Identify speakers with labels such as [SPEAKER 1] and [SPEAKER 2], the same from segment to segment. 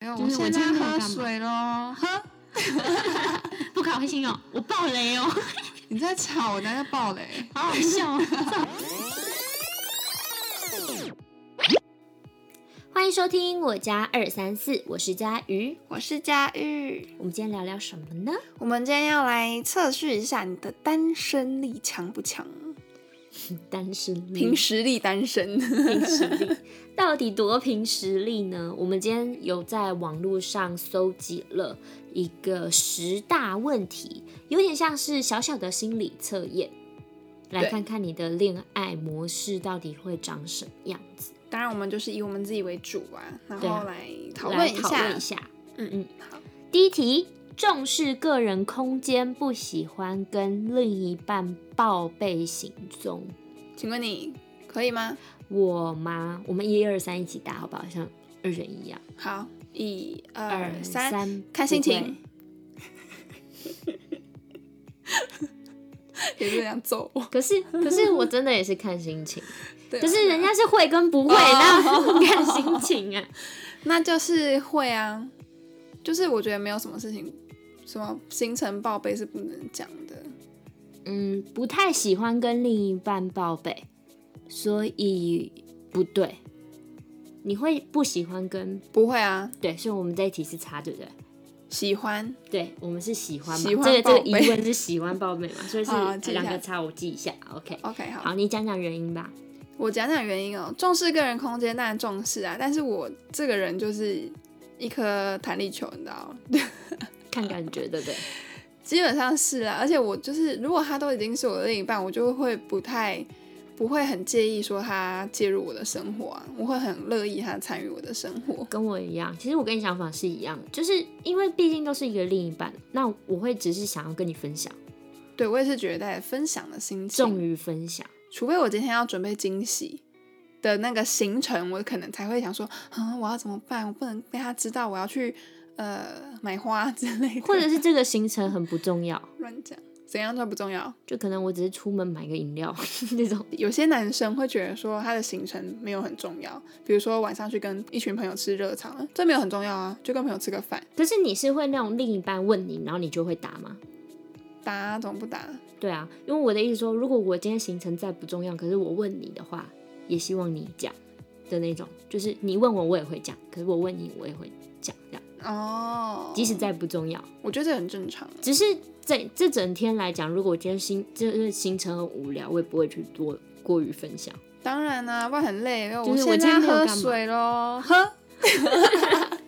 [SPEAKER 1] 了，
[SPEAKER 2] 就是
[SPEAKER 1] 哎我现
[SPEAKER 2] 我今
[SPEAKER 1] 在
[SPEAKER 2] 天
[SPEAKER 1] 喝
[SPEAKER 2] 没有干嘛
[SPEAKER 1] 水喽。
[SPEAKER 2] 呵，不开心哦，我爆雷哦，
[SPEAKER 1] 你在吵，我在那爆雷。
[SPEAKER 2] 好好笑、哦。
[SPEAKER 3] 欢迎收听我家二三四，我是佳瑜。
[SPEAKER 1] 我是佳玉，
[SPEAKER 3] 我们今天聊聊什么呢？
[SPEAKER 1] 我们今天要来测试一下你的单身力强不强，
[SPEAKER 3] 单身
[SPEAKER 1] 凭
[SPEAKER 3] 力，
[SPEAKER 1] 实力单身。
[SPEAKER 3] 凭实力，到底多凭实力呢？我们今天有在网络上搜集了一个十大问题，有点像是小小的心理测验，来
[SPEAKER 1] 对
[SPEAKER 3] 看看你的恋爱模式到底会长什么样子，
[SPEAKER 1] 当然，我们就是以我们自己为主啊，然
[SPEAKER 3] 对
[SPEAKER 1] 后
[SPEAKER 3] 啊
[SPEAKER 1] 来讨
[SPEAKER 3] 来
[SPEAKER 1] 论一
[SPEAKER 3] 讨
[SPEAKER 1] 下
[SPEAKER 3] 论一。下。
[SPEAKER 1] 嗯
[SPEAKER 3] 嗯
[SPEAKER 1] 好，
[SPEAKER 3] 第一题，重视个人空间，不喜欢跟另一半报备行踪。
[SPEAKER 1] 请问你可以吗？
[SPEAKER 3] 我吗？我们一二三一起打好不好？像二选一一样。
[SPEAKER 1] 好，一二三，
[SPEAKER 3] 三
[SPEAKER 1] 看心。
[SPEAKER 3] 不会
[SPEAKER 1] 情。 也是这样揍我，
[SPEAKER 3] 可是可是我真的也是看 心情，
[SPEAKER 1] 对啊
[SPEAKER 3] 可是人家是会跟不会，
[SPEAKER 1] 哦
[SPEAKER 3] 那不看心 情啊。
[SPEAKER 1] 那就是会啊，就是我觉得没有什么事情，什么行程报备是不能讲的。
[SPEAKER 3] 嗯，不太喜欢跟另一半报备，所以不对。你会不喜欢跟
[SPEAKER 1] 不会啊，
[SPEAKER 3] 对，所以我们这一题是差，对不对？
[SPEAKER 1] 喜欢
[SPEAKER 3] 对，我们是喜欢嘛，
[SPEAKER 1] 喜欢
[SPEAKER 3] 这个这个
[SPEAKER 1] 报
[SPEAKER 3] 疑
[SPEAKER 1] 备
[SPEAKER 3] 问是喜欢报备嘛，所以
[SPEAKER 1] 好记
[SPEAKER 3] 是
[SPEAKER 1] 一下
[SPEAKER 3] 两个差，我记一下。OK，
[SPEAKER 1] OK 好，
[SPEAKER 3] 好，你讲讲原因吧。
[SPEAKER 1] 我讲讲原因哦。重视个人空间当然重视啊，但是我这个人就是一颗弹力球，你知道吗？
[SPEAKER 3] 看感觉，对不对？
[SPEAKER 1] 基本上是啊，而且我就是如果他都已经是我的另一半，我就会不太不会很介意说他介入我的生活啊，我会很乐意他参与我的生活。
[SPEAKER 3] 跟我一样，其实我跟你想法是一样的，就是因为毕竟都是一个另一半，那我会只是想要跟你分享，
[SPEAKER 1] 对我也是觉得在分享的心
[SPEAKER 3] 重
[SPEAKER 1] 情，
[SPEAKER 3] 于分享。
[SPEAKER 1] 除非我今天要准备惊喜。的那个行程，我可能才会想说，啊，我要怎么办？我不能被他知道我要去呃买花之类的，
[SPEAKER 3] 或者是这个行程很不重要，
[SPEAKER 1] 乱讲，怎样都不重要。
[SPEAKER 3] 就可能我只是出门买个饮料 那种。
[SPEAKER 1] 有些男生会觉得说他的行程没有很重要，比如说晚上去跟一群朋友吃热炒，这没有很重要啊，就跟朋友吃个饭，
[SPEAKER 3] 可是你是会那种另一半问你，然后你就会答吗？
[SPEAKER 1] 打怎么不打？
[SPEAKER 3] 对啊，因为我的意思说，如果我今天行程再不重要，可是我问你的话，也希望你讲的那种，就是你问我我也会讲，可是我问你我也会讲，这样
[SPEAKER 1] 哦，
[SPEAKER 3] 即使再不重要。
[SPEAKER 1] 我觉得这很正常。
[SPEAKER 3] 只是这这整天来讲，如果我今天行就是行程很无聊，我也不会去多过于分享。
[SPEAKER 1] 当然啦、不然很累。
[SPEAKER 3] 就是我
[SPEAKER 1] 现
[SPEAKER 3] 今
[SPEAKER 1] 在
[SPEAKER 3] 天没有
[SPEAKER 1] 喝
[SPEAKER 3] 干嘛
[SPEAKER 1] 水 喽，喝，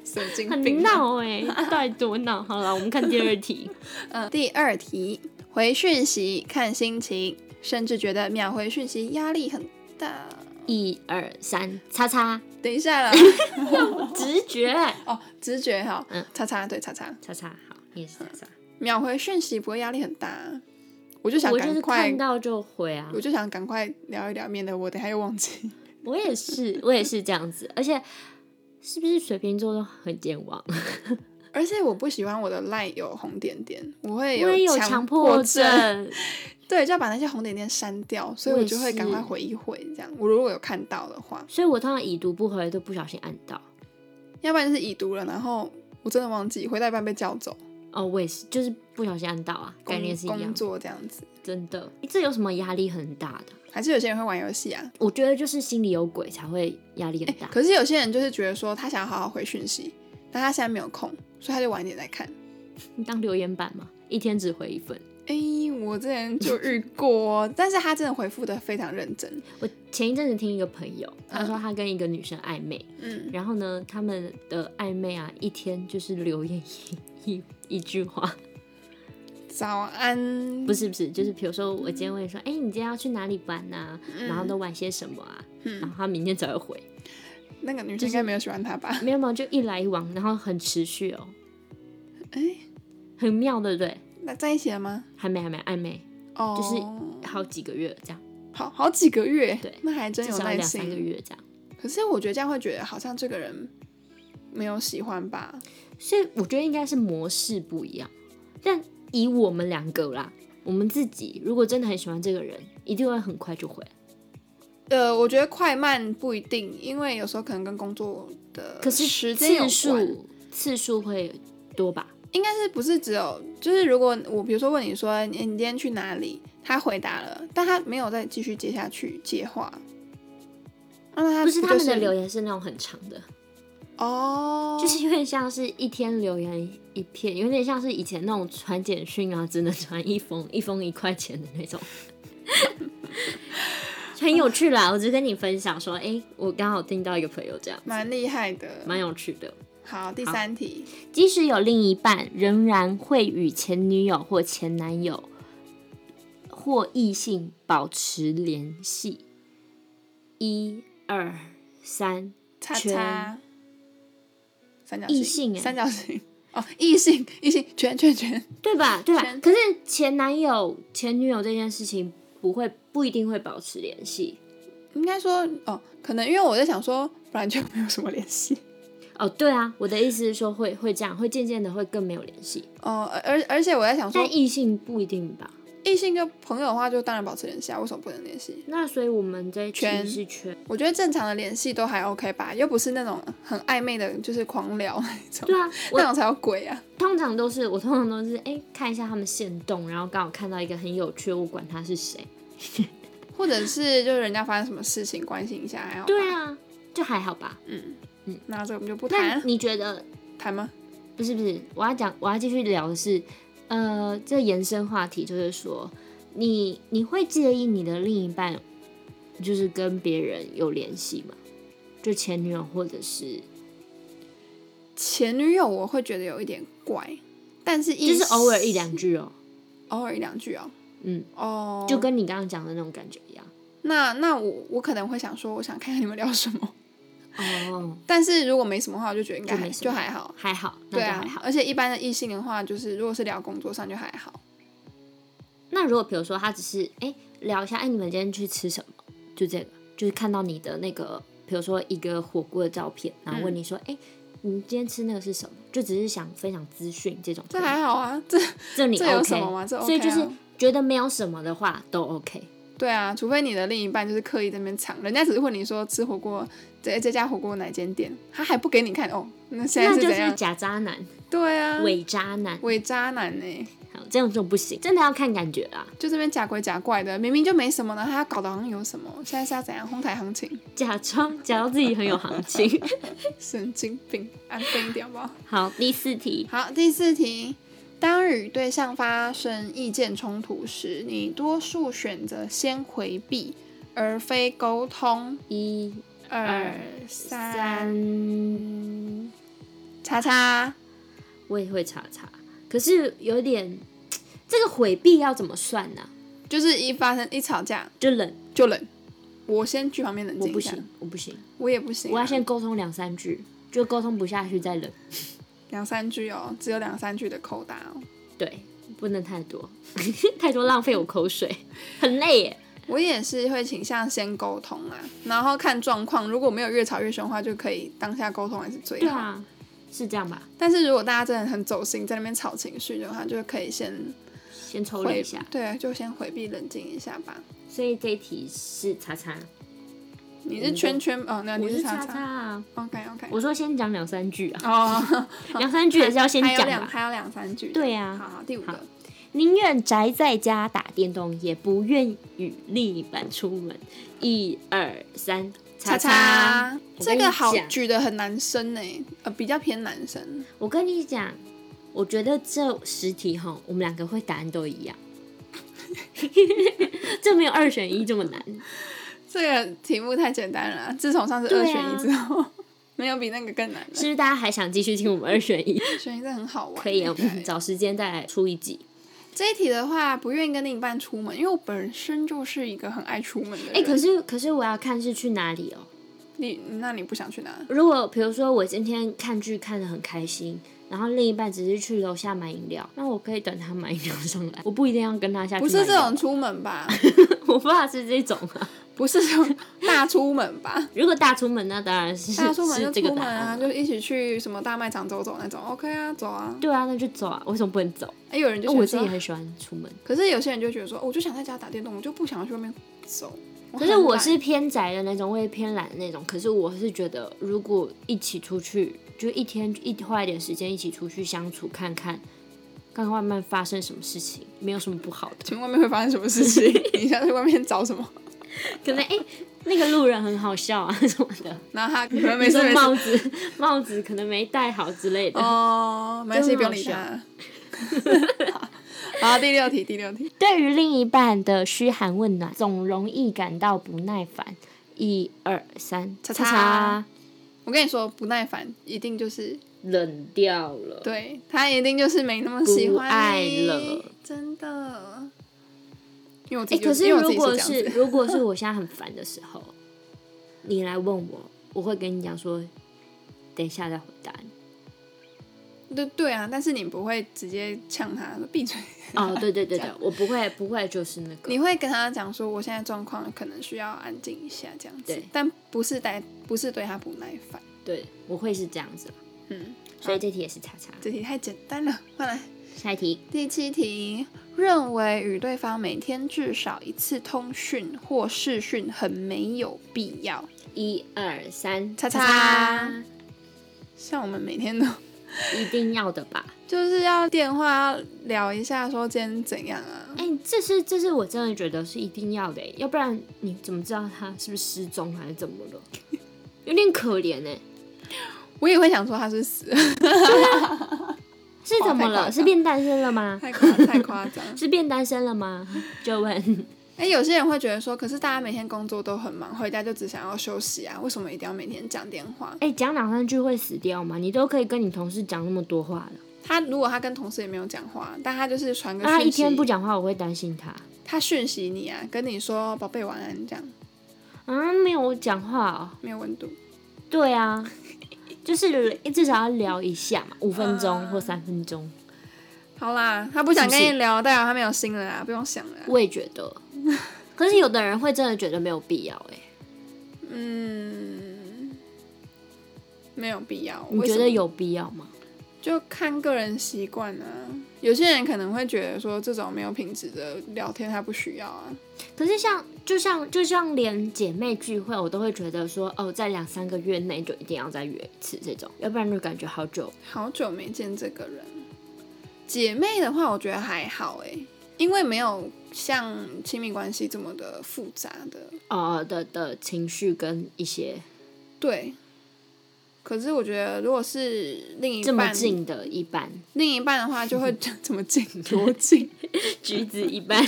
[SPEAKER 1] 神经病。
[SPEAKER 3] 很闹哎、到底多闹？好了，我们看第二 题。
[SPEAKER 1] 嗯，第二题，回讯息看心情，甚至觉得秒回讯息压力很大。
[SPEAKER 3] 一二三，叉叉，
[SPEAKER 1] 等一下啦，
[SPEAKER 3] 直觉，
[SPEAKER 1] 哦，直觉哈，
[SPEAKER 3] 嗯
[SPEAKER 1] 叉叉对叉叉，
[SPEAKER 3] 叉叉，好，你也是叉 叉。
[SPEAKER 1] 秒回讯息不会压力很大，我就想
[SPEAKER 3] 我就是
[SPEAKER 1] 赶快
[SPEAKER 3] 看到就回啊
[SPEAKER 1] 我，就想赶快聊一聊，免得我等下又忘记。
[SPEAKER 3] 我也是，我也是这样子，而且。是不是水瓶座都很健 忘？
[SPEAKER 1] 而且我不喜欢我的 line 有红点点，我会
[SPEAKER 3] 我也有
[SPEAKER 1] 强
[SPEAKER 3] 强迫
[SPEAKER 1] 症，
[SPEAKER 3] 症，
[SPEAKER 1] 对，就要把那些红点点删掉，所以
[SPEAKER 3] 我
[SPEAKER 1] 我
[SPEAKER 3] 也
[SPEAKER 1] 就会赶快
[SPEAKER 3] 是
[SPEAKER 1] 回一回这样。我如果有看到的话，
[SPEAKER 3] 所以我通常已读不回都不小心按到。
[SPEAKER 1] 要不然就是已读了，然后我真的忘记，回到一半被叫走，
[SPEAKER 3] 哦，我也是，就是不小心按到啊，概念
[SPEAKER 1] 工
[SPEAKER 3] 是一样
[SPEAKER 1] 工
[SPEAKER 3] 的。
[SPEAKER 1] 作这样子，
[SPEAKER 3] 真的，这有什么压力很大的？
[SPEAKER 1] 还是有些人会玩游戏啊。
[SPEAKER 3] 我觉得就是心里有鬼才会压力很大。
[SPEAKER 1] 哎可是有些人就是觉得说他想要好好回讯息，但他现在没有空，所以他就晚一点再看。
[SPEAKER 3] 你当留言板嘛，一天只回一份。
[SPEAKER 1] 哎、我之前就遇过，哦 但是他真的回复的非常认真，
[SPEAKER 3] 我前一阵子听一个朋友，他说他跟一个女生暧昧，
[SPEAKER 1] 嗯，
[SPEAKER 3] 然后呢，他们的暧昧啊，一天就是留言一 一一句话，
[SPEAKER 1] 早安，
[SPEAKER 3] 不是不是，就是比如说我今天问你说，哎、你今天要去哪里玩呐、
[SPEAKER 1] 嗯
[SPEAKER 3] 然后都玩些什么啊？然后他明天才会回，
[SPEAKER 1] 那个女生应该没有喜欢他吧？
[SPEAKER 3] 没有没有，就一来一往，然后很持续哦，
[SPEAKER 1] 哎、
[SPEAKER 3] 很妙，对不对？
[SPEAKER 1] 那在一起了吗？
[SPEAKER 3] 还没还没暧昧，
[SPEAKER 1] 哦，
[SPEAKER 3] 就是好几个月这样，
[SPEAKER 1] 好好几个月，
[SPEAKER 3] 对
[SPEAKER 1] 那还真
[SPEAKER 3] 至
[SPEAKER 1] 有
[SPEAKER 3] 少
[SPEAKER 1] 耐
[SPEAKER 3] 两三个
[SPEAKER 1] 心。
[SPEAKER 3] 月这样。
[SPEAKER 1] 可是我觉得这样会觉得好像这个人没有喜欢吧？
[SPEAKER 3] 所以我觉得应该是模式不一样。但以我们两个啦，我们自己如果真的很喜欢这个人，一定会很快就回。
[SPEAKER 1] 呃，我觉得快慢不一定，因为有时候可能跟工作的
[SPEAKER 3] 可是
[SPEAKER 1] 时间有
[SPEAKER 3] 次
[SPEAKER 1] 关。
[SPEAKER 3] 数次数会多吧？
[SPEAKER 1] 应该是不是只有就是如果我比如说问你说哎你你今天去哪里，他回答了，但他没有再继续接下去接话，那他
[SPEAKER 3] 不是他们的
[SPEAKER 1] 就
[SPEAKER 3] 留言是那种很长的，
[SPEAKER 1] 哦，
[SPEAKER 3] 就是有点像是一天留言一片，有点像是以前那种传简讯啊，只能传一封，一封一块钱的那种。 很有趣啦，我只是跟你分享说，哎、我刚好听到一个朋友这样，
[SPEAKER 1] 蛮厉害的。
[SPEAKER 3] 蛮有趣的。
[SPEAKER 1] 好，第三题，
[SPEAKER 3] 即使有另一半，仍然会与前女友或前男友或异性保持联系。一二三，
[SPEAKER 1] 叉
[SPEAKER 3] 圈
[SPEAKER 1] 叉，三角
[SPEAKER 3] 异性欸
[SPEAKER 1] 三角形哦，异性异性圈圈圈，
[SPEAKER 3] 对吧？对吧
[SPEAKER 1] 全？
[SPEAKER 3] 可是前男友、前女友这件事情不会不一定会保持联系。
[SPEAKER 1] 应该说哦，可能因为我在想说，不然就没有什么联系。
[SPEAKER 3] 哦，对啊，我的意思是说会会这样，会渐渐的会更没有联系。
[SPEAKER 1] 哦，而而而且我在想说
[SPEAKER 3] 但，异性不一定吧？
[SPEAKER 1] 异性就朋友的话，就当然保持联系啊，为什么不能联系？
[SPEAKER 3] 那所以我们这一期
[SPEAKER 1] 圈
[SPEAKER 3] 是圈，
[SPEAKER 1] 我觉得正常的联系都还 OK 吧，又不是那种很暧昧的，就是狂聊那种，
[SPEAKER 3] 对啊，我
[SPEAKER 1] 那种才有鬼啊！
[SPEAKER 3] 通常都是我通常都是哎、看一下他们现动，然后刚好看到一个很有趣，我管他是谁。
[SPEAKER 1] 或者是就是人家发生什么事情，关心一下还好。嗯
[SPEAKER 3] 对，啊，就还好吧。
[SPEAKER 1] 那这个我们就不
[SPEAKER 3] 那
[SPEAKER 1] 谈
[SPEAKER 3] 你觉得
[SPEAKER 1] 谈吗？
[SPEAKER 3] 不是不是？我要讲，我要继续聊的是，呃，这延伸话题就是说，你你会介意你的另一半就是跟别人有联系吗？就前女友或者是
[SPEAKER 1] 前女友我会觉得有一点怪，但是
[SPEAKER 3] 就
[SPEAKER 1] 就是
[SPEAKER 3] 偶尔一两句哦，
[SPEAKER 1] 偶尔一两句哦。
[SPEAKER 3] 嗯，
[SPEAKER 1] 哦，
[SPEAKER 3] 就跟你刚刚讲的那种感觉一样。
[SPEAKER 1] 那那我我可能会想说，我想看看你们聊什么。
[SPEAKER 3] 哦，
[SPEAKER 1] 但是如果没什么话，我就觉得应该
[SPEAKER 3] 就
[SPEAKER 1] 还
[SPEAKER 3] 没什么
[SPEAKER 1] 还好。
[SPEAKER 3] 还好，那
[SPEAKER 1] 对
[SPEAKER 3] 就
[SPEAKER 1] 啊
[SPEAKER 3] 还好，。
[SPEAKER 1] 而且一般的异性的话，就是如果是聊工作上就还好。
[SPEAKER 3] 那如果比如说他只是哎、诶聊一下，哎、你们今天去吃什么？就这个，就是看到你的那个，比如说一个火锅的照片，然后问你说，哎、你今天吃那个是什么？就只是想分享资讯这种可
[SPEAKER 1] 这
[SPEAKER 3] 以，
[SPEAKER 1] 还好 啊，这
[SPEAKER 3] 这你
[SPEAKER 1] 这
[SPEAKER 3] OK？
[SPEAKER 1] 有什么吗这 OK 啊
[SPEAKER 3] 所以就是觉得没有什么的话都 OK。
[SPEAKER 1] 对啊，除非你的另一半就是刻意在那边藏，人家只是问你说吃火锅这这家火锅哪间店，他还不给你看哦。那现在
[SPEAKER 3] 那
[SPEAKER 1] 是
[SPEAKER 3] 就
[SPEAKER 1] 怎
[SPEAKER 3] 是
[SPEAKER 1] 样？
[SPEAKER 3] 假渣男、
[SPEAKER 1] 对啊，
[SPEAKER 3] 伪渣男，
[SPEAKER 1] 伪渣男呢、
[SPEAKER 3] 好，这种就不行，真的要看感觉啦。
[SPEAKER 1] 就这边假鬼假怪的，明明就没什么呢，他搞得好像有什么。现在是要怎样哄抬行情？
[SPEAKER 3] 假装假装自己很有 行情。
[SPEAKER 1] 神经病，安分一点好不好？
[SPEAKER 3] 好，第四题，
[SPEAKER 1] 好，第四题，当与对象发生意见冲突时，你多数选择先回避，而非沟通。
[SPEAKER 3] 一
[SPEAKER 1] 二三，
[SPEAKER 3] 三
[SPEAKER 1] 叉叉，
[SPEAKER 3] 我也会查查，可是有点这个回避要怎么算呢、
[SPEAKER 1] 就是一发生一吵架
[SPEAKER 3] 就冷，
[SPEAKER 1] 就冷。我先去旁边冷
[SPEAKER 3] 我
[SPEAKER 1] 静一
[SPEAKER 3] 不
[SPEAKER 1] 下，
[SPEAKER 3] 行，我不行，
[SPEAKER 1] 我也不行啊、
[SPEAKER 3] 我要先沟通两三句，就沟通不下去再冷，
[SPEAKER 1] 两三句哦，只有两三句的扣打哦。
[SPEAKER 3] 对，不能太多， 太多浪费我口水， 很累耶。
[SPEAKER 1] 我也是会倾向先沟通啊，然后看状况，如果没有越吵越凶的话，就可以当下沟通还是最
[SPEAKER 3] 对
[SPEAKER 1] 好。
[SPEAKER 3] 啊，是这样吧？
[SPEAKER 1] 但是如果大家真的很走心，在那边吵情绪的话，就可以先
[SPEAKER 3] 先抽离
[SPEAKER 1] 回
[SPEAKER 3] 一下，
[SPEAKER 1] 对，就先回避冷静一下吧。
[SPEAKER 3] 所以这一题是查查，
[SPEAKER 1] 你是圈圈哦，那
[SPEAKER 3] 嗯我
[SPEAKER 1] 啊你
[SPEAKER 3] 是
[SPEAKER 1] 叉
[SPEAKER 3] 查查啊，
[SPEAKER 1] ，OK OK。
[SPEAKER 3] 我说先讲两三句啊，
[SPEAKER 1] 哦，
[SPEAKER 3] 两三句也是要先
[SPEAKER 1] 还有
[SPEAKER 3] 讲
[SPEAKER 1] 两
[SPEAKER 3] 吧。
[SPEAKER 1] 还有两三句。
[SPEAKER 3] 对啊
[SPEAKER 1] 好好，第五
[SPEAKER 3] 好
[SPEAKER 1] 个，
[SPEAKER 3] 宁愿宅在家打电动，也不愿与另一半出门。一二三，叉叉。我跟
[SPEAKER 1] 这
[SPEAKER 3] 你
[SPEAKER 1] 个好
[SPEAKER 3] 讲
[SPEAKER 1] 举的很男生呢，呃，比较偏男生。
[SPEAKER 3] 我跟你讲，我觉得这十题哈，我们两个会答案都一样。 这没有二选一这么难，
[SPEAKER 1] 这个题目太简单了啊，自从上次
[SPEAKER 3] 对啊
[SPEAKER 1] 二选一之后， 没有比那个更难
[SPEAKER 3] 是不
[SPEAKER 1] 了。
[SPEAKER 3] 是大家还想继续听我们二选一？
[SPEAKER 1] 二选一这很好玩，
[SPEAKER 3] 可以，啊我
[SPEAKER 1] 对
[SPEAKER 3] 们找时间再来出一集。
[SPEAKER 1] 这一题的话，不愿意跟另一半出门，因为我本身就是一个很爱出门的人。
[SPEAKER 3] 哎、可是可是我要看是去哪里哦。
[SPEAKER 1] 你那你不想去哪？
[SPEAKER 3] 如果比如说我今天看剧看得很开心，然后另一半只是去楼下买饮料，那我可以等他买饮料上来，我不一定要跟他下去。
[SPEAKER 1] 不是这种，出门吧？
[SPEAKER 3] 我爸是这种啊。
[SPEAKER 1] 不是这种大出门 吧？
[SPEAKER 3] 如果大出门，那当然是
[SPEAKER 1] 大出门
[SPEAKER 3] 是
[SPEAKER 1] 就
[SPEAKER 3] 这个
[SPEAKER 1] 出
[SPEAKER 3] 答
[SPEAKER 1] 门啊，
[SPEAKER 3] 案。嗯
[SPEAKER 1] 就一起去什么大卖场走走那种。OK 啊，走啊。
[SPEAKER 3] 对啊，那就走啊，为什么不能走？
[SPEAKER 1] 哎，有人就
[SPEAKER 3] 那
[SPEAKER 1] 觉
[SPEAKER 3] 哦我
[SPEAKER 1] 得
[SPEAKER 3] 自
[SPEAKER 1] 说
[SPEAKER 3] 己很喜欢出门，
[SPEAKER 1] 可是有些人就觉得说，哦我就想在家打电动，我就不想去外面走。
[SPEAKER 3] 可是我
[SPEAKER 1] 很
[SPEAKER 3] 是偏宅的那种，我也偏懒的那种。可是我是觉得，如果一起出去，就一天一花一点时间一起出去相处看看，看看外面发生什么事情，没有什么不好
[SPEAKER 1] 懒，
[SPEAKER 3] 的。
[SPEAKER 1] 请问外面会发生什么事 情？你现在在外面找什么？
[SPEAKER 3] 可能哎、那个路人很好笑啊 什么的，
[SPEAKER 1] 然后他可能没
[SPEAKER 3] 比
[SPEAKER 1] 事
[SPEAKER 3] 如说
[SPEAKER 1] 没
[SPEAKER 3] 帽
[SPEAKER 1] 事，
[SPEAKER 3] 子 帽子可能没戴好之类的。
[SPEAKER 1] 哦，没事，不用理他。 好，第六题，第六题，
[SPEAKER 3] 对于另一半的嘘寒问暖，总容易感到不耐烦。一二三，
[SPEAKER 1] 叉
[SPEAKER 3] 叉
[SPEAKER 1] 叉
[SPEAKER 3] 叉，
[SPEAKER 1] 我跟你说，不耐烦一定就是
[SPEAKER 3] 冷掉了。
[SPEAKER 1] 对他一定就是没那么喜欢你
[SPEAKER 3] 不爱了，
[SPEAKER 1] 真的。因为我自
[SPEAKER 3] 哎、
[SPEAKER 1] 己就、
[SPEAKER 3] 可是
[SPEAKER 1] 因为我自
[SPEAKER 3] 如
[SPEAKER 1] 己
[SPEAKER 3] 果
[SPEAKER 1] 这
[SPEAKER 3] 是
[SPEAKER 1] 样子
[SPEAKER 3] 如果是我现在很烦 的时候，你来问我，我会跟你讲说，等一下再回答你。
[SPEAKER 1] 对对啊，但是你不会直接呛他说闭嘴，
[SPEAKER 3] 哦，对对对 对，我不会不会就是那个
[SPEAKER 1] 你，会跟他讲说我现在状况可能需要安静一下这样子
[SPEAKER 3] 对，
[SPEAKER 1] 但不是带不是对他不耐烦。
[SPEAKER 3] 对我会是这样子。
[SPEAKER 1] 嗯，
[SPEAKER 3] 所以这题也是叉叉。
[SPEAKER 1] 这题太简单了，换来
[SPEAKER 3] 下一题，
[SPEAKER 1] 第七题，认为与对方每天至少一次通讯或视讯很没有必要。
[SPEAKER 3] 一二三，
[SPEAKER 1] 叉
[SPEAKER 3] 叉
[SPEAKER 1] 叉，像我们每天都
[SPEAKER 3] 一定要的吧？
[SPEAKER 1] 就是要电话聊一下，说今天怎样啊？
[SPEAKER 3] 哎、这是这是我真的觉得是一定要的欸，要不然你怎么知道他是不是失踪还是怎 么了？有点可怜哎，
[SPEAKER 1] 我也会想说他是死了，
[SPEAKER 3] 是怎么
[SPEAKER 1] 哇太夸
[SPEAKER 3] 了？
[SPEAKER 1] 张
[SPEAKER 3] 是变单身了吗？
[SPEAKER 1] 太夸太夸张。
[SPEAKER 3] 是变单身了 吗？就问，
[SPEAKER 1] 哎、有些人会觉得说，可是大家每天工作都很忙，回家就只想要休息啊，为什么一定要每天讲电话？
[SPEAKER 3] 哎、讲两三句会死掉吗？你都可以跟你同事讲那么多话了，
[SPEAKER 1] 他如果他跟同事也没有讲话，但他就是传个
[SPEAKER 3] 那、他一
[SPEAKER 1] 讯息，
[SPEAKER 3] 天不讲话，我会担心他。
[SPEAKER 1] 他讯息你啊，跟你说宝贝晚安这样，
[SPEAKER 3] 啊，没有讲话哦。
[SPEAKER 1] 没有温度。
[SPEAKER 3] 对 啊，就是至少要聊一下嘛，五分钟或三分钟。
[SPEAKER 1] 好啦，他不想跟
[SPEAKER 3] 是
[SPEAKER 1] 你
[SPEAKER 3] 不是
[SPEAKER 1] 聊，代表他没有心了啊啦，不用想了啦。
[SPEAKER 3] 我也觉 得，可是有的人会真的觉得没有必要哎、
[SPEAKER 1] 嗯，没有必要。
[SPEAKER 3] 你
[SPEAKER 1] 为
[SPEAKER 3] 觉
[SPEAKER 1] 什么
[SPEAKER 3] 得？有必要吗？
[SPEAKER 1] 就看个人习惯啊。有些人可能会觉得说，这种没有品质的聊天他不需要啊。
[SPEAKER 3] 可是像就像就像连姐妹聚会，我都会觉得说哦，在两三个月内就一定要再约一次这种，要不然就感觉好久。
[SPEAKER 1] 好久没见这个人，姐妹的话，我觉得还好诶、因为没有像亲密关系这么的复杂的。
[SPEAKER 3] 呃的的情绪跟一些
[SPEAKER 1] 对。可是我觉得，如果是另一
[SPEAKER 3] 这么
[SPEAKER 1] 半，
[SPEAKER 3] 近的一半，
[SPEAKER 1] 另一半的话，就会 怎么近多近，
[SPEAKER 3] 橘子一半，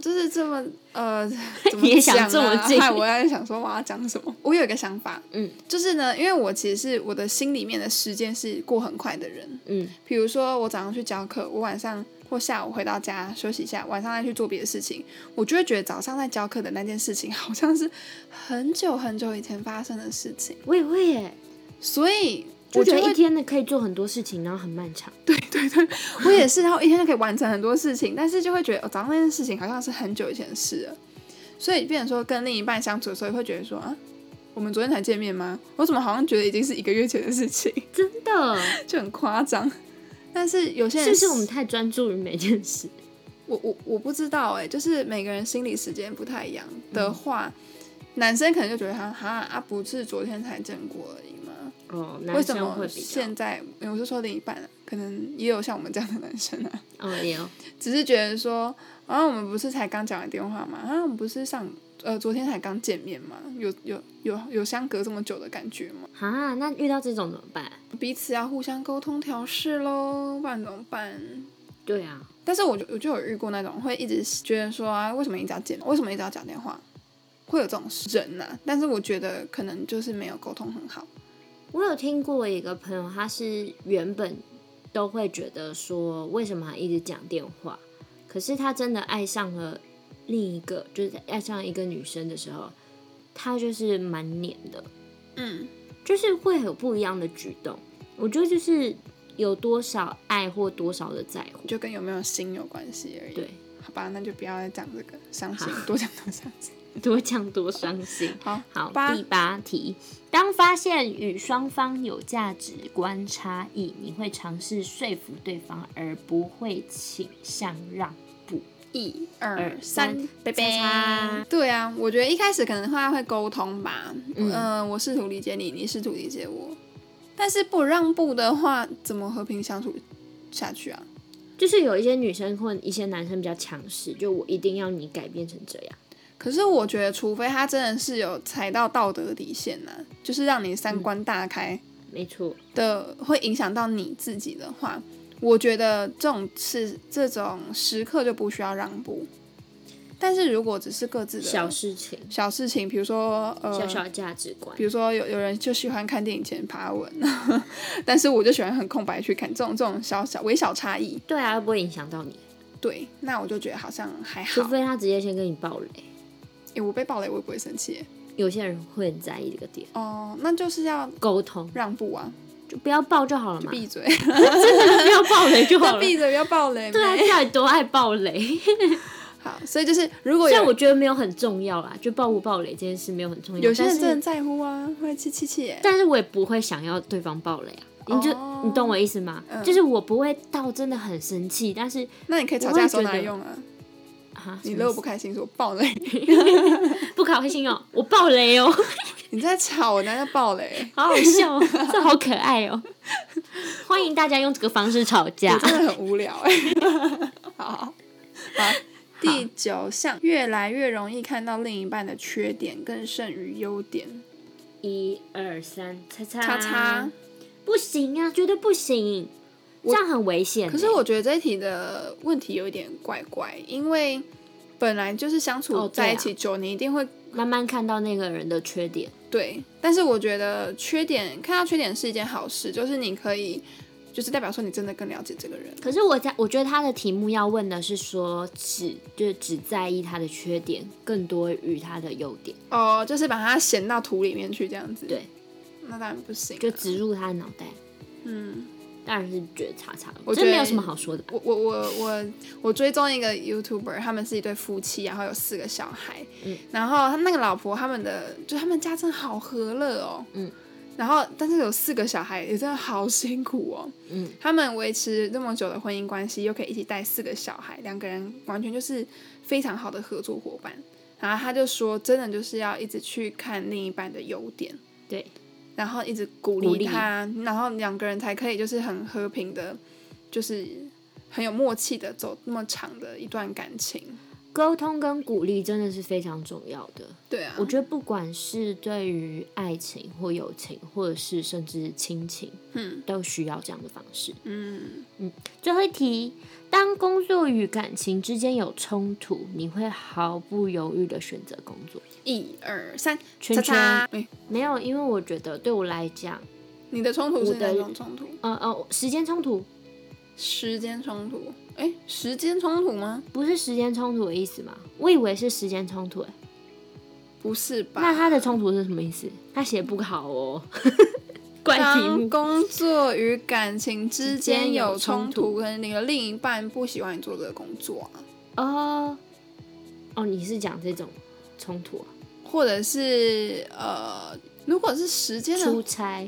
[SPEAKER 1] 就是这么呃，怎么
[SPEAKER 3] 你也想
[SPEAKER 1] 讲啊
[SPEAKER 3] 这么近
[SPEAKER 1] 害 我在想说我要讲什么。我有一个想法，
[SPEAKER 3] 嗯
[SPEAKER 1] 就是呢，因为我其实是我的心里面的时间是过很快的人，
[SPEAKER 3] 嗯，
[SPEAKER 1] 比如说我早上去教课，我晚上或下午回到家休息一下，晚上再去做别的事情，我就会觉得早上在教课的那件事情好像是很久很久以前发生的事情，
[SPEAKER 3] 我也会耶，
[SPEAKER 1] 所以
[SPEAKER 3] 我
[SPEAKER 1] 我
[SPEAKER 3] 觉
[SPEAKER 1] 就
[SPEAKER 3] 得一
[SPEAKER 1] 会
[SPEAKER 3] 天呢可以做很多事情，然后很漫长。
[SPEAKER 1] 我也是，然后一天就可以完成很多事情，但是就会觉得、哦、早上那件事情好像是很久以前的事了，所以变成说跟另一半相处的时候，也会觉得说啊，我们昨天才见面吗？我怎么好像觉得已经是一个月前的事情，
[SPEAKER 3] 真的，
[SPEAKER 1] 就很夸张。但是有些人
[SPEAKER 3] 是不是我们太专注于每件事？
[SPEAKER 1] 我我我不知道哎、就是每个人心理时间不太一样的
[SPEAKER 3] 嗯
[SPEAKER 1] 话，男生可能就觉得他哈啊，不是昨天才见过而已嘛，
[SPEAKER 3] 哦，
[SPEAKER 1] 为
[SPEAKER 3] 男
[SPEAKER 1] 什
[SPEAKER 3] 生
[SPEAKER 1] 么
[SPEAKER 3] 会比较
[SPEAKER 1] 现，在我是说另一半、啊，可能也有像我们这样的男生啊，
[SPEAKER 3] 哦也有，
[SPEAKER 1] 只是觉得说啊，我们不是才刚讲完电话嘛，啊，我们不是上呃昨天才刚见面嘛，有有有有相隔这么久的感觉吗？
[SPEAKER 3] 哈，那遇到这种怎么办？
[SPEAKER 1] 彼此要互相沟通调试喽，不然怎么办？
[SPEAKER 3] 对啊，
[SPEAKER 1] 但是我就我就有遇过那种会一直觉得说啊，为什么一直要见，为什么一直要讲电话，会有这种人呐、但是我觉得可能就是没有沟通很好，
[SPEAKER 3] 我有听过一个朋友，他是原本都会觉得说，为什么还一直讲电话？可是他真的爱上了另一个，就是爱上一个女生的时候，他就是蛮黏的，
[SPEAKER 1] 嗯，
[SPEAKER 3] 就是会有不一样的举动。我觉得就是有多少爱或多少的在乎，
[SPEAKER 1] 就跟有没有心有关系而已。
[SPEAKER 3] 对，
[SPEAKER 1] 好吧，那就不要再讲这个伤心
[SPEAKER 3] 好，
[SPEAKER 1] 多讲多伤心。
[SPEAKER 3] 多讲多伤心。
[SPEAKER 1] 好，
[SPEAKER 3] 好，
[SPEAKER 1] 八
[SPEAKER 3] 第八题，当发现与双方有价值观差异，你会尝试说服对方，而不会倾向让步。
[SPEAKER 1] 一二
[SPEAKER 3] 二
[SPEAKER 1] 三
[SPEAKER 3] 三，
[SPEAKER 1] 拜
[SPEAKER 3] 拜拜。
[SPEAKER 1] 对啊，我觉得一开始可能会会沟通吧，嗯、
[SPEAKER 3] 嗯
[SPEAKER 1] 我试图理解你，你试图理解我，但是不让步的话，怎么和平相处下去啊？
[SPEAKER 3] 就是有一些女生或一些男生比较强势，就我一定要你改变成这样。
[SPEAKER 1] 可是我觉得，除非他真的是有踩到道德底线呐、就是让你三观大开
[SPEAKER 3] 没错，
[SPEAKER 1] 的，会影响到你自己的话，我觉得这种事这种时刻就不需要让步。但是如果只是各自的
[SPEAKER 3] 小事情，
[SPEAKER 1] 小事情，比如说呃，
[SPEAKER 3] 小小的价值观
[SPEAKER 1] 比，如说有有人就喜欢看电影前爬文， 但是我就喜欢很空白去看，这种这种小小微小差异，
[SPEAKER 3] 对啊，不会影响到你，
[SPEAKER 1] 对，那我就觉得好像还
[SPEAKER 3] 除
[SPEAKER 1] 好。
[SPEAKER 3] 非他直接先跟你爆雷。
[SPEAKER 1] 诶，我被暴雷我也不会生气耶。
[SPEAKER 3] 有些人会很在意这个点，
[SPEAKER 1] 哦，那就是要
[SPEAKER 3] 沟通
[SPEAKER 1] 让步啊，
[SPEAKER 3] 就不要爆就好了嘛，
[SPEAKER 1] 闭嘴，
[SPEAKER 3] 真的不要 爆雷就好 了。
[SPEAKER 1] 闭嘴，不要暴雷。
[SPEAKER 3] 对啊，
[SPEAKER 1] 妹
[SPEAKER 3] 到底多爱爆雷？
[SPEAKER 1] 好，所以就是如果
[SPEAKER 3] 虽然
[SPEAKER 1] 有
[SPEAKER 3] 我觉得没有很重要啦，就爆不爆雷这件事没有很重要。
[SPEAKER 1] 有些人
[SPEAKER 3] 但是
[SPEAKER 1] 真的在乎啊，会气气气耶。
[SPEAKER 3] 但是我也不会想要对方爆雷啊。你就、
[SPEAKER 1] 哦
[SPEAKER 3] 你懂我意思吗？
[SPEAKER 1] 嗯
[SPEAKER 3] 就是我不会到真的很生气，但是
[SPEAKER 1] 那你可以吵
[SPEAKER 3] 我
[SPEAKER 1] 架
[SPEAKER 3] 会
[SPEAKER 1] 的时候
[SPEAKER 3] 觉
[SPEAKER 1] 拿来
[SPEAKER 3] 得
[SPEAKER 1] 用啊，
[SPEAKER 3] 啊，
[SPEAKER 1] 你
[SPEAKER 3] 什
[SPEAKER 1] 如
[SPEAKER 3] 么
[SPEAKER 1] 果
[SPEAKER 3] 意思
[SPEAKER 1] 不开心说暴雷，
[SPEAKER 3] 不开心哦，我爆雷哦，
[SPEAKER 1] 你在吵，我那叫暴雷。
[SPEAKER 3] 好好笑、哦，这好可爱哦。欢迎大家用这个方式吵架
[SPEAKER 1] 我。真的很无聊哎、 好好好，第九项，越来越容易看到另一半的缺点更胜于优点。
[SPEAKER 3] 一二三，叉叉
[SPEAKER 1] 叉叉，
[SPEAKER 3] 不行啊，绝对不行，这样很危险欸、
[SPEAKER 1] 可是我觉得这一题的问题有一点怪怪，因为本来就是相处
[SPEAKER 3] 哦对啊
[SPEAKER 1] 在一起久，你一定会
[SPEAKER 3] 慢慢看到那个人的缺点，
[SPEAKER 1] 对。但是我觉得缺点，看到缺点是一件好事，就是你可以，就是代表说你真的更了解这个人。
[SPEAKER 3] 可是我在我觉得他的题目要问的是说只就是只在意他的缺点，更多于他的优点，
[SPEAKER 1] 哦，就是把它衔到土里面去这样子。
[SPEAKER 3] 对，
[SPEAKER 1] 那当然不行啊、
[SPEAKER 3] 就植入他的脑袋，
[SPEAKER 1] 嗯。
[SPEAKER 3] 当然是觉得叉叉
[SPEAKER 1] 我
[SPEAKER 3] 了，
[SPEAKER 1] 觉
[SPEAKER 3] 这
[SPEAKER 1] 得
[SPEAKER 3] 没有什么好说的吧。
[SPEAKER 1] 嗯我我我我我追踪一个 YouTuber，他们是一对夫妻，然后有四个小孩，
[SPEAKER 3] 嗯
[SPEAKER 1] 然后他那个老婆他们的就他们家真的好和乐哦，
[SPEAKER 3] 嗯，
[SPEAKER 1] 然后但是有四个小孩也真的好辛苦哦，
[SPEAKER 3] 嗯，
[SPEAKER 1] 他们维持那么久的婚姻关系，又可以一起带四个小孩，两个人完全就是非常好的合作伙伴。然后他就说，真的就是要一直去看另一半的优点，
[SPEAKER 3] 对，
[SPEAKER 1] 然后一直鼓
[SPEAKER 3] 鼓
[SPEAKER 1] 励
[SPEAKER 3] 励
[SPEAKER 1] 他，然后两个人才可以就是很和平的，就是很有默契的走那么长的一段感情。
[SPEAKER 3] 沟通跟鼓励真的是非常重要的。
[SPEAKER 1] 对啊，
[SPEAKER 3] 我觉得不管是对于爱情或友情，或者是甚至亲情，
[SPEAKER 1] 嗯
[SPEAKER 3] 都需要这样的方式。
[SPEAKER 1] 嗯，
[SPEAKER 3] 最后一题，当工作与感情之间有冲突，你会毫不犹豫的选择工作？
[SPEAKER 1] 一二三，
[SPEAKER 3] 圈
[SPEAKER 1] 叉
[SPEAKER 3] 圈
[SPEAKER 1] 叉。哎
[SPEAKER 3] 没有，因为我觉得对我来讲，
[SPEAKER 1] 你的冲突是
[SPEAKER 3] 我
[SPEAKER 1] 哪
[SPEAKER 3] 的
[SPEAKER 1] 种冲突？
[SPEAKER 3] 呃呃，时间冲突
[SPEAKER 1] 时间冲突？哎，时间冲突吗？
[SPEAKER 3] 不是时间冲突的意思吗？我以为是时间冲突欸，
[SPEAKER 1] 不是吧？
[SPEAKER 3] 那他的冲突是什么意思？他写不好哦， 怪题
[SPEAKER 1] 当
[SPEAKER 3] 目。
[SPEAKER 1] 工作与感情之间有冲
[SPEAKER 3] 之间有冲
[SPEAKER 1] 突，
[SPEAKER 3] 突
[SPEAKER 1] 可能你的另一半不喜欢你做这个工作啊，
[SPEAKER 3] 哦哦，你是讲这种冲突啊？
[SPEAKER 1] 或者是呃，如果是时间的，
[SPEAKER 3] 出差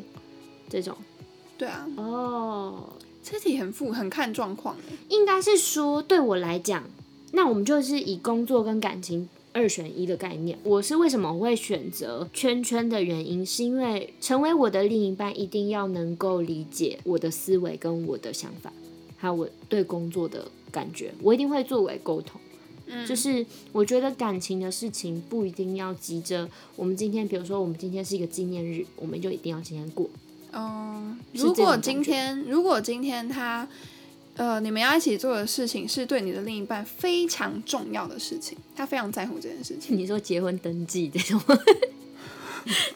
[SPEAKER 3] 这种
[SPEAKER 1] 对啊，
[SPEAKER 3] 哦，
[SPEAKER 1] 这题很复，很看状况欸。
[SPEAKER 3] 应该是说对我来讲，那我们就是以工作跟感情。二选一的概念，我是为什么会选择圈圈的原因，是因为成为我的另一半，一定要能够理解我的思维跟我的想法，还有我对工作的感觉，我一定会作为沟通。
[SPEAKER 1] 嗯
[SPEAKER 3] 就是我觉得感情的事情不一定要急着，我们今天，比如说我们今天是一个纪念日，我们就一定要今天过。
[SPEAKER 1] 嗯，
[SPEAKER 3] 是这
[SPEAKER 1] 如
[SPEAKER 3] 种
[SPEAKER 1] 果
[SPEAKER 3] 感
[SPEAKER 1] 今
[SPEAKER 3] 觉
[SPEAKER 1] 天，如果今天他，呃，你们要一起做的事情是对你的另一半非常重要的事情，他非常在乎这件事情。
[SPEAKER 3] 你说结婚登记这种，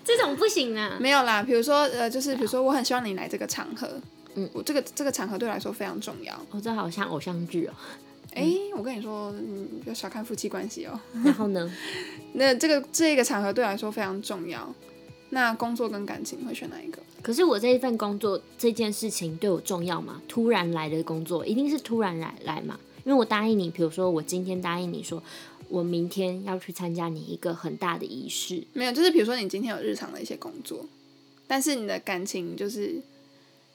[SPEAKER 3] 这种不行啊。
[SPEAKER 1] 没有啦，比如说，呃，就是比如说，我很希望你来这个场合，
[SPEAKER 3] 嗯
[SPEAKER 1] 我这个这个场合对我来说非常重要。
[SPEAKER 3] 哦，这好像偶像 剧哦。
[SPEAKER 1] 哎、我跟你说，嗯，不要小看夫妻关系哦。
[SPEAKER 3] 然后呢，
[SPEAKER 1] 那这个这个场合对我来说非常重要。那工作跟感情会选哪一个？
[SPEAKER 3] 可是我这一份工作这件事情对我重要吗？突然来的工作一定是突然来来嘛，因为我答应你，比如说我今天答应你说，我明天要去参加你一个很大的仪式，
[SPEAKER 1] 没有，就是比如说你今天有日常的一些工作，但是你的感情就是，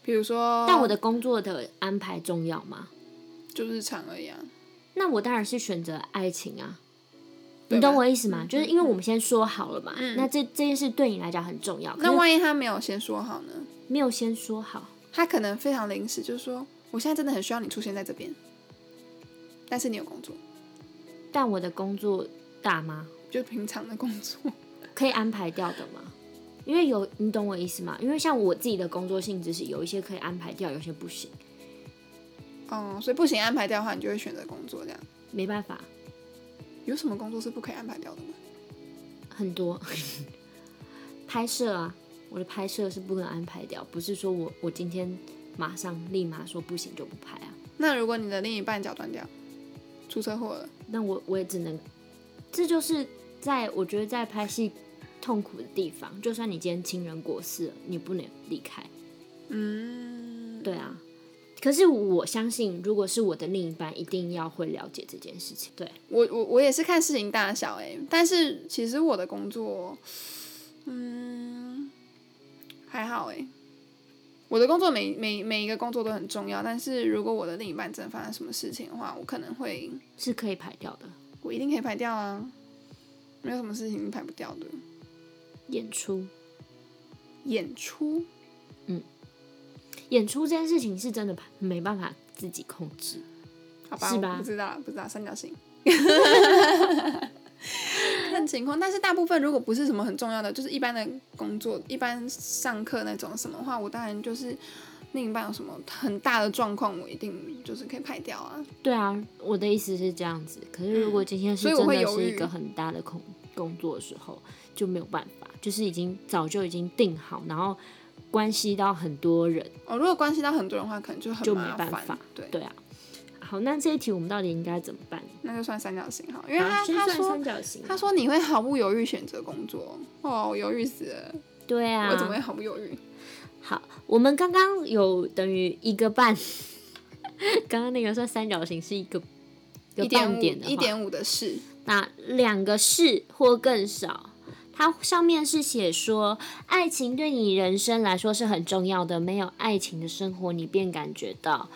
[SPEAKER 1] 比如说，
[SPEAKER 3] 但我的工作的安排重要吗？
[SPEAKER 1] 就日常而已啊。
[SPEAKER 3] 那我当然是选择爱情啊。
[SPEAKER 1] 对
[SPEAKER 3] 你懂
[SPEAKER 1] 吧
[SPEAKER 3] 我意思吗？
[SPEAKER 1] 嗯
[SPEAKER 3] 就是因为我们先说好了嘛，
[SPEAKER 1] 嗯
[SPEAKER 3] 那这这件事对你来讲很重要。可
[SPEAKER 1] 那
[SPEAKER 3] 是
[SPEAKER 1] 万一他没有先说好呢？
[SPEAKER 3] 没有先说好，
[SPEAKER 1] 他可能非常临时，就是说我现在真的很需要你出现在这边，但是你有工作，
[SPEAKER 3] 但我的工作大吗？
[SPEAKER 1] 就平常的工作。
[SPEAKER 3] 可以安排掉的吗？因为有你懂我意思吗？因为像我自己的工作性质是有一些可以安排掉，有些不行，
[SPEAKER 1] 哦、所以不行安排掉的话，你就会选择工作这样。
[SPEAKER 3] 没办法，
[SPEAKER 1] 有什么工作是不可以安排掉的吗？
[SPEAKER 3] 很多 拍摄啊，我的拍摄是不能安排掉，不是说我我今天马上立马说不行就不拍啊，
[SPEAKER 1] 那如果你的另一半脚断掉，出车祸了，
[SPEAKER 3] 那我我也只能，这就是在我觉得在拍戏痛苦的地方，就算你今天亲人过世了，你不能离开，
[SPEAKER 1] 嗯，
[SPEAKER 3] 对啊。可是我相信，如果是我的另一半，一定要会了解这件事情。对，
[SPEAKER 1] 我我我也是看事情大小哎、但是其实我的工作，嗯，还好哎、我的工作每每每一个工作都很重要，但是如果我的另一半真的发生什么事情的话，我可能会
[SPEAKER 3] 是可以排掉的。
[SPEAKER 1] 我一定可以排掉啊，没有什么事情是排不掉的。
[SPEAKER 3] 演出，
[SPEAKER 1] 演出
[SPEAKER 3] 演出这件事情是真的没办法自己控制。
[SPEAKER 1] 好吧，
[SPEAKER 3] 是吧
[SPEAKER 1] 我不知道不知道三角形，看情况。但是大部分如果不是什么很重要的，就是一般的工作、一般上课那种什么的话，我当然就是另一半有什么很大的状况，我一定就是可以排掉啊。
[SPEAKER 3] 对啊，我的意思是这样子。可是如果今天是
[SPEAKER 1] 嗯所以我
[SPEAKER 3] 真
[SPEAKER 1] 会
[SPEAKER 3] 的
[SPEAKER 1] 犹
[SPEAKER 3] 是
[SPEAKER 1] 豫
[SPEAKER 3] 一个很大的工工作的时候，就没有办法，就是已经早就已经定好，然后关系到很多人，
[SPEAKER 1] 哦，如果关系到很多人的话，可能就很
[SPEAKER 3] 就
[SPEAKER 1] 麻
[SPEAKER 3] 没办
[SPEAKER 1] 烦
[SPEAKER 3] 法。
[SPEAKER 1] 对，
[SPEAKER 3] 对啊。好，那这一题我们到底应该怎么办？
[SPEAKER 1] 那就算三角形好，因为
[SPEAKER 3] 好，
[SPEAKER 1] 他
[SPEAKER 3] 先
[SPEAKER 1] 他
[SPEAKER 3] 算
[SPEAKER 1] 说
[SPEAKER 3] 三角形啊。
[SPEAKER 1] 他说你会毫不犹豫选择工作，哦，我犹豫死了，
[SPEAKER 3] 对啊，
[SPEAKER 1] 我怎么会毫不犹豫？
[SPEAKER 3] 好，我们刚刚有等于一个半， 刚刚那个算三角形是一个
[SPEAKER 1] 一
[SPEAKER 3] 一个
[SPEAKER 1] 点
[SPEAKER 3] 半
[SPEAKER 1] 五
[SPEAKER 3] 点的话
[SPEAKER 1] 一点五的事，
[SPEAKER 3] 那两个是或更少。它上面是写说，爱情对你人生来说是很重要的，没有爱情的生活，你便感觉到，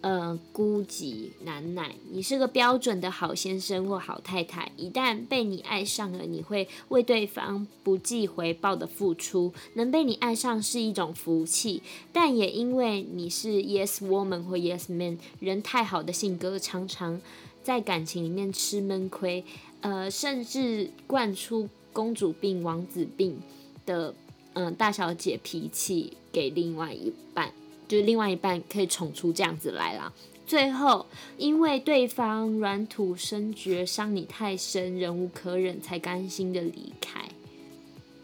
[SPEAKER 3] 呃，孤寂难耐。你是个标准的好先生或好太太，一旦被你爱上了，你会为对方不计回报的付出。能被你爱上是一种福气，但也因为你是 yes woman 或 yes man，人太好的性格常常在感情里面吃闷亏，呃，甚至惯出公主病、王子病的，嗯、大小姐脾气给另外一半，就是另外一半可以宠出这样子来啦。最后，因为对方软土深掘，伤你太深，忍无可忍，才甘心的离开。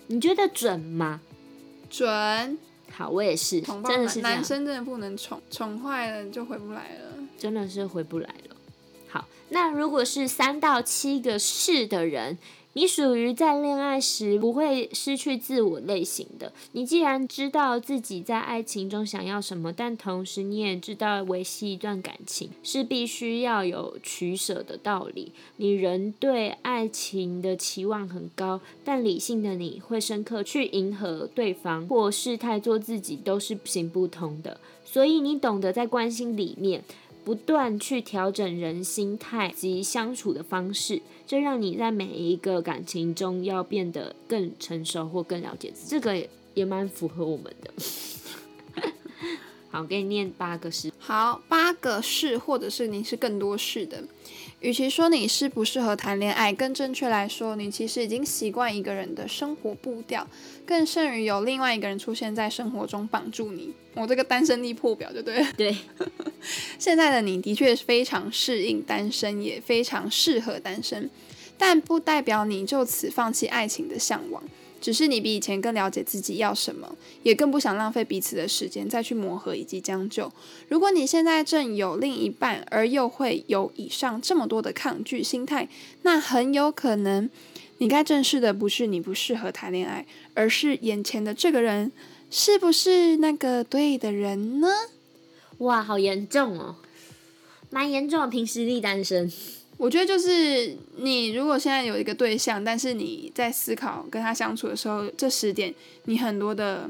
[SPEAKER 3] 你觉得准吗？
[SPEAKER 1] 准。
[SPEAKER 3] 好，我也是，
[SPEAKER 1] 宠爆
[SPEAKER 3] 真的是这样
[SPEAKER 1] 男。生真的不能宠，宠坏了就回不来了。
[SPEAKER 3] 真的是回不来了。好，那如果是三到七个是的人，你属于在恋爱时不会失去自我类型的。你既然知道自己在爱情中想要什么，但同时你也知道维系一段感情是必须要有取舍的道理。你人对爱情的期望很高，但理性的你会深刻去迎合对方，或是太做自己都是行不通的。所以你懂得在关心里面不断去调整人心态及相处的方式，这让你在每一个感情中要变得更成熟或更了解自己。这个也也蛮符合我们的。 好，给你念八个诗。
[SPEAKER 1] 好，八个是，或者是你是更多是的。与其说你适不适合谈恋爱，更正确来说，你其实已经习惯一个人的生活步调，更胜于有另外一个人出现在生活中绑住你。我这个单身力破表就对了。
[SPEAKER 3] 对，
[SPEAKER 1] 现在的你的确非常适应单身，也非常适合单身，但不代表你就此放弃爱情的向往。只是你比以前更了解自己要什么，也更不想浪费彼此的时间再去磨合以及将就。如果你现在正有另一半，而又会有以上这么多的抗拒心态，那很有可能你该正视的不是你不适合谈恋爱，而是眼前的这个人是不是那个对的人呢？
[SPEAKER 3] 哇，好严重哦，蛮严重的。凭实力单身，
[SPEAKER 1] 我觉得就是你如果现在有一个对象，但是你在思考跟他相处的时候，这十点你很多的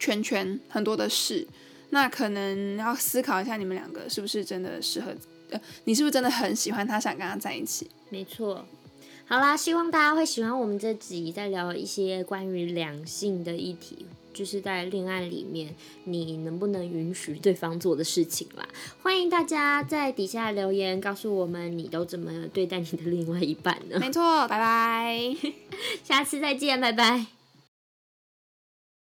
[SPEAKER 1] 圈圈，很多的事，那可能要思考一下你们两个是不是真的适合呃，你是不是真的很喜欢他，想跟他在一起？
[SPEAKER 3] 没错。好啦，希望大家会喜欢我们这集，在聊一些关于两性的议题，就是在恋爱里面你能不能允许对方做的事情啦。 欢迎大家在底下留言告诉我们，你都怎么对待你的另外一半呢？
[SPEAKER 1] 没错，拜拜。
[SPEAKER 3] 下次再见，拜拜。